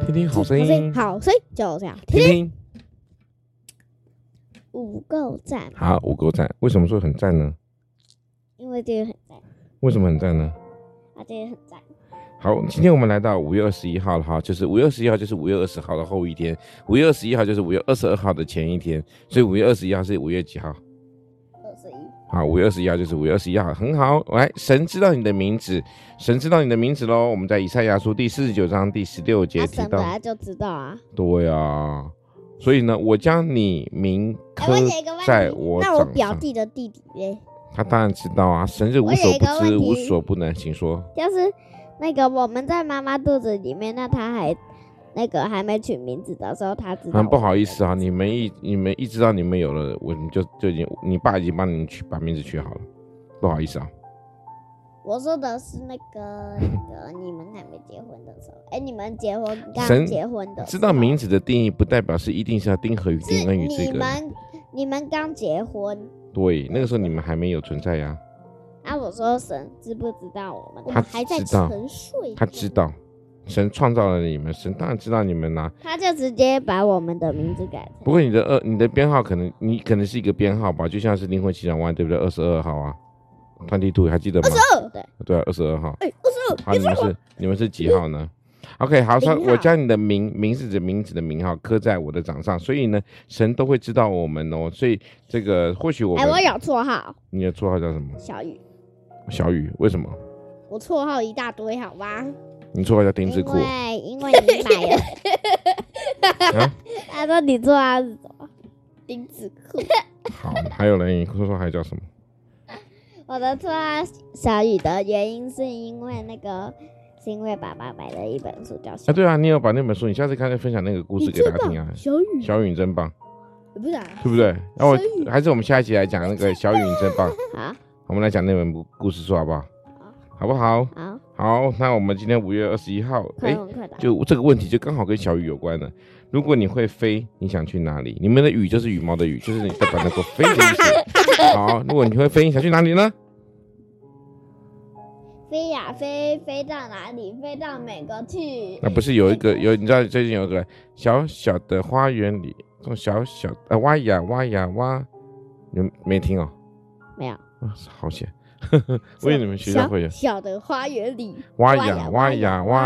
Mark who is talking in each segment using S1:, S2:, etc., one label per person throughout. S1: 听听好声音，
S2: 好，所以就这样，
S1: 听听
S2: 五够赞，
S1: 好五个赞。为什么说很赞呢？
S2: 因为这个很赞，
S1: 为什么很赞呢？
S2: 啊，这个很赞，
S1: 好，今天我们来到五月二十一号了哈，就是五月二十一号就是五月二十号的后一天，五月二十一号就是五月二十二号的前一天，所以五月二十一号是五月几号？
S2: 二十一，
S1: 好，五月二十一号就是五月二十一号，很好。来，神知道你的名字，神知道你的名字喽。我们在以赛亚书第四十九章第十六节
S2: 阿
S1: 提
S2: 啊神
S1: 到，
S2: 本来就知道啊。
S1: 对啊，所以呢，我将你名
S2: 哎，
S1: 刻
S2: 我有一个问
S1: 在
S2: 题，
S1: 我
S2: 那我
S1: 掌
S2: 表
S1: 上。
S2: 弟的弟弟嘞，
S1: 他当然知道啊，神是无
S2: 我有
S1: 所
S2: 一
S1: 不
S2: 个问
S1: 知、无
S2: 题
S1: 所不能，请说。
S2: 就是那个我们在妈妈肚子里面，那他还那个还没取名字的时候，他知道。
S1: 啊，不好意思啊，，你们一你们一知道你们有了，我你就就已经你爸已经帮你们取把名字取好了，不好意思啊。
S2: 我说的是那个那个你们还没结婚的时候，哎，你们结婚
S1: 神
S2: 刚结婚的时候，
S1: 知道名字的定义不代表是一定是要丁和与丁恩与这
S2: 你
S1: 个，
S2: 们你们刚结婚
S1: 对，那个时候你们还没有存在呀、
S2: 啊？我说神知不知道我们？我
S1: 他
S2: 们还在
S1: 知道
S2: 沉睡。
S1: 他知，道，神创造了你们，神当然知道你们啦、
S2: 他就直接把我们的名字改
S1: 不
S2: 成。
S1: 过你的二，你的编号可能你可能是一个编号吧，就像是灵魂急转弯，对不对？二十二号啊，twenty two 还记得吗？
S2: 哦，对，
S1: 对啊，二十二号。
S2: 哎，我说
S1: 好，你们是你们是几号呢？OK，好，说
S2: 零号
S1: 我将你的名名是指名字的名号刻在我的掌上，所以呢，神都会知道我们哦。所以这个或许我
S2: 哎，
S1: 们，
S2: 我有绰号
S1: 你的绰号叫什么？
S2: 小雨，
S1: 小雨，为什么？
S2: 我绰号一大堆，好吧？
S1: 你绰号叫丁字
S2: 因
S1: 裤，
S2: 为因为你买 了，
S1: 啊
S2: 他说你绰号是什么？丁字裤。
S1: 好，还有人，你说说还叫什么？
S2: 我的绰号小雨的原因是因为那个，是因为爸爸买了一本书叫《小
S1: 啊，对啊，你有把那本书，你下次看再分享那个故事给大家听啊。
S2: 小雨》，
S1: 小雨你真棒，
S2: 不是啊，
S1: 对不对？那我
S2: 小雨
S1: 还是我们下一集来讲那个小雨你真棒，
S2: 好
S1: 我们来讲那本故故事书好不好？好不好？
S2: 好，
S1: 好，那我们今天五月二十一号，
S2: 快
S1: 哎，
S2: 问快答。
S1: 就这个问题就刚好跟小雨有关了。如果你会飞，你想去哪里？你们的羽就是羽毛的羽，就是你代表能够飞的意思。好，如果你会飞，你想去哪里呢？
S2: 飞呀飞，飞到哪里？飞到美国去。
S1: 那不是有一个有你知道最近有个小小的花园里，种小小呃挖呀挖呀挖，你们没听哦？
S2: 没有，
S1: 啊，好险！ 我以为你们学校会有
S2: 小小的花园里，
S1: 挖
S2: 挖
S1: 呀
S2: 呀
S1: 挖
S2: 挖
S1: 呀
S2: 呀
S1: 挖，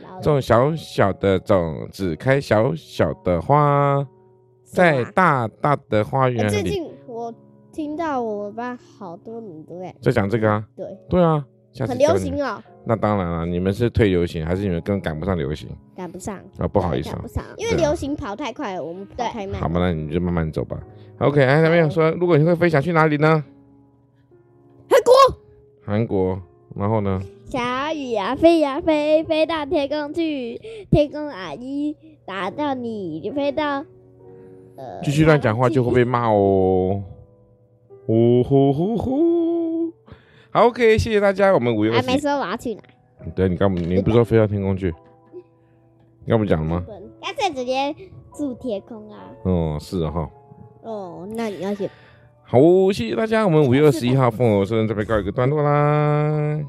S2: 然后
S1: 种小小的种子，开小小的花，在
S2: 是吗
S1: 大大的花
S2: 哎
S1: 园
S2: 最
S1: 里。
S2: 近我听到我们班好多人都在
S1: 在讲这个啊？
S2: 对，
S1: 对啊，下次
S2: 很
S1: 教
S2: 流
S1: 你
S2: 行哦，
S1: 那当然了，你们是退流行，还是你们根本赶不上流行
S2: 赶不上，
S1: 啊？不好意思
S2: 赶
S1: 啊
S2: 不。上，因为
S1: 对啊
S2: 流行跑太快了，我们跑太慢
S1: 好。吧，那你就慢慢走吧。OK，哎，那边有说，如果你会飞，想去哪里呢？
S2: 韩国。
S1: 韩国，然后呢？
S2: 呃小雨呀、飞呀、飞，飞到天空去，天空阿姨打到你，飞到呃，
S1: 继续乱讲话就会被
S2: 被
S1: 骂哦。哦吼吼吼！好，OK，谢谢大家。我们五月二
S2: 还
S1: 十
S2: 没，说我要去哪？
S1: 对你干嘛？你不是说飞到天空去？你刚不讲了吗？
S2: 干脆直接住天空啊！
S1: 哦，是的哈、
S2: 哦，那你要写
S1: 好，谢谢大家。我们五月二十一号《凤凰生》这边告一个段落啦。